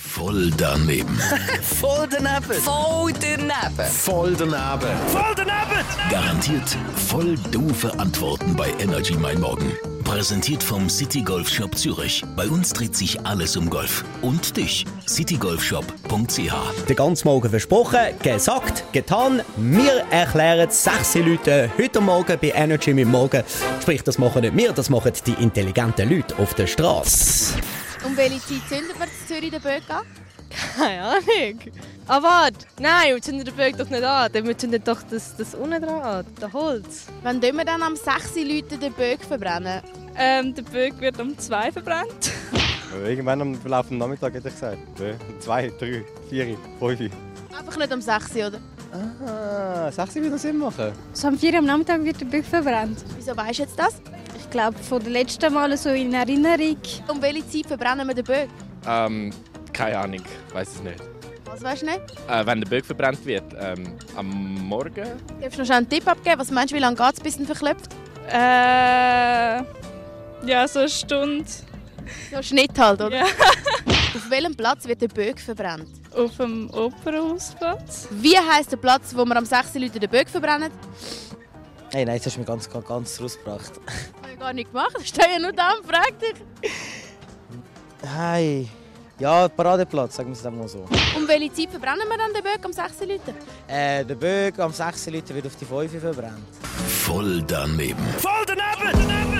Voll daneben. Voll daneben. Voll daneben. Voll daneben. Voll daneben! Garantiert voll doofe Antworten bei Energy Mein Morgen. Präsentiert vom City Golf Shop Zürich. Bei uns dreht sich alles um Golf. Und dich, citygolfshop.ch. Den ganzen Morgen versprochen, gesagt, getan. Wir erklären sechs Leute heute Morgen bei Energy mit Morgen. Sprich, das machen nicht wir, das machen die intelligenten Leute auf der Straße. Um welche Zeit zünden wir in Zürich den Böck an? Keine Ahnung. Ah, warte. Nein, wir zünden den Böck doch nicht an. Dann wir zünden doch das, das unten dran an, das Holz. Wann tun wir dann am 6 Uhr Leute den Böck verbrennen? Ähm, der Böck wird um zwei verbrannt. Irgendwann am Verlauf des Nachmittags hätte ich gesagt. Ja, Zwei, drei, vier, fünf. Einfach nicht am 6 Uhr, oder? Ah, sagst du, wie das Sinn machen? So am 4 Uhr am Nachmittag wird der Büch verbrannt. Wieso weisst du jetzt das? Ich glaube, von den letzten Malen so in Erinnerung. Um welche Zeit verbrennen wir den Böck? Ähm, keine Ahnung, weiß es nicht. Was weisst du nicht? Äh, wenn der Böck verbrannt wird, ähm, am Morgen? Darfst du noch schnell einen Tipp abgeben? Was meinst du, wie lange geht es, bis du ihn verklopft? Äh. Ja, so eine Stunde. So einen Schnitt halt, oder? Ja. Auf welchem Platz wird der Böck verbrannt? Auf dem Opernhausplatz. Wie heisst der Platz, wo wir am 6 Uhr Leute den Böck verbrennen? Hey, nein, das hast du mir ganz, ganz, ganz rausgebracht. Ich habe ich gar nicht gemacht. Ich stehe ja nur da und frage dich. Hey. Ja, Paradeplatz, sagen wir es dann mal so. Um welche Zeit verbrennen wir dann den Böck am 6 Uhr Leute? Äh, der Böck am 6. Leute wird auf die 5 verbrannt. Voll daneben. Voll daneben!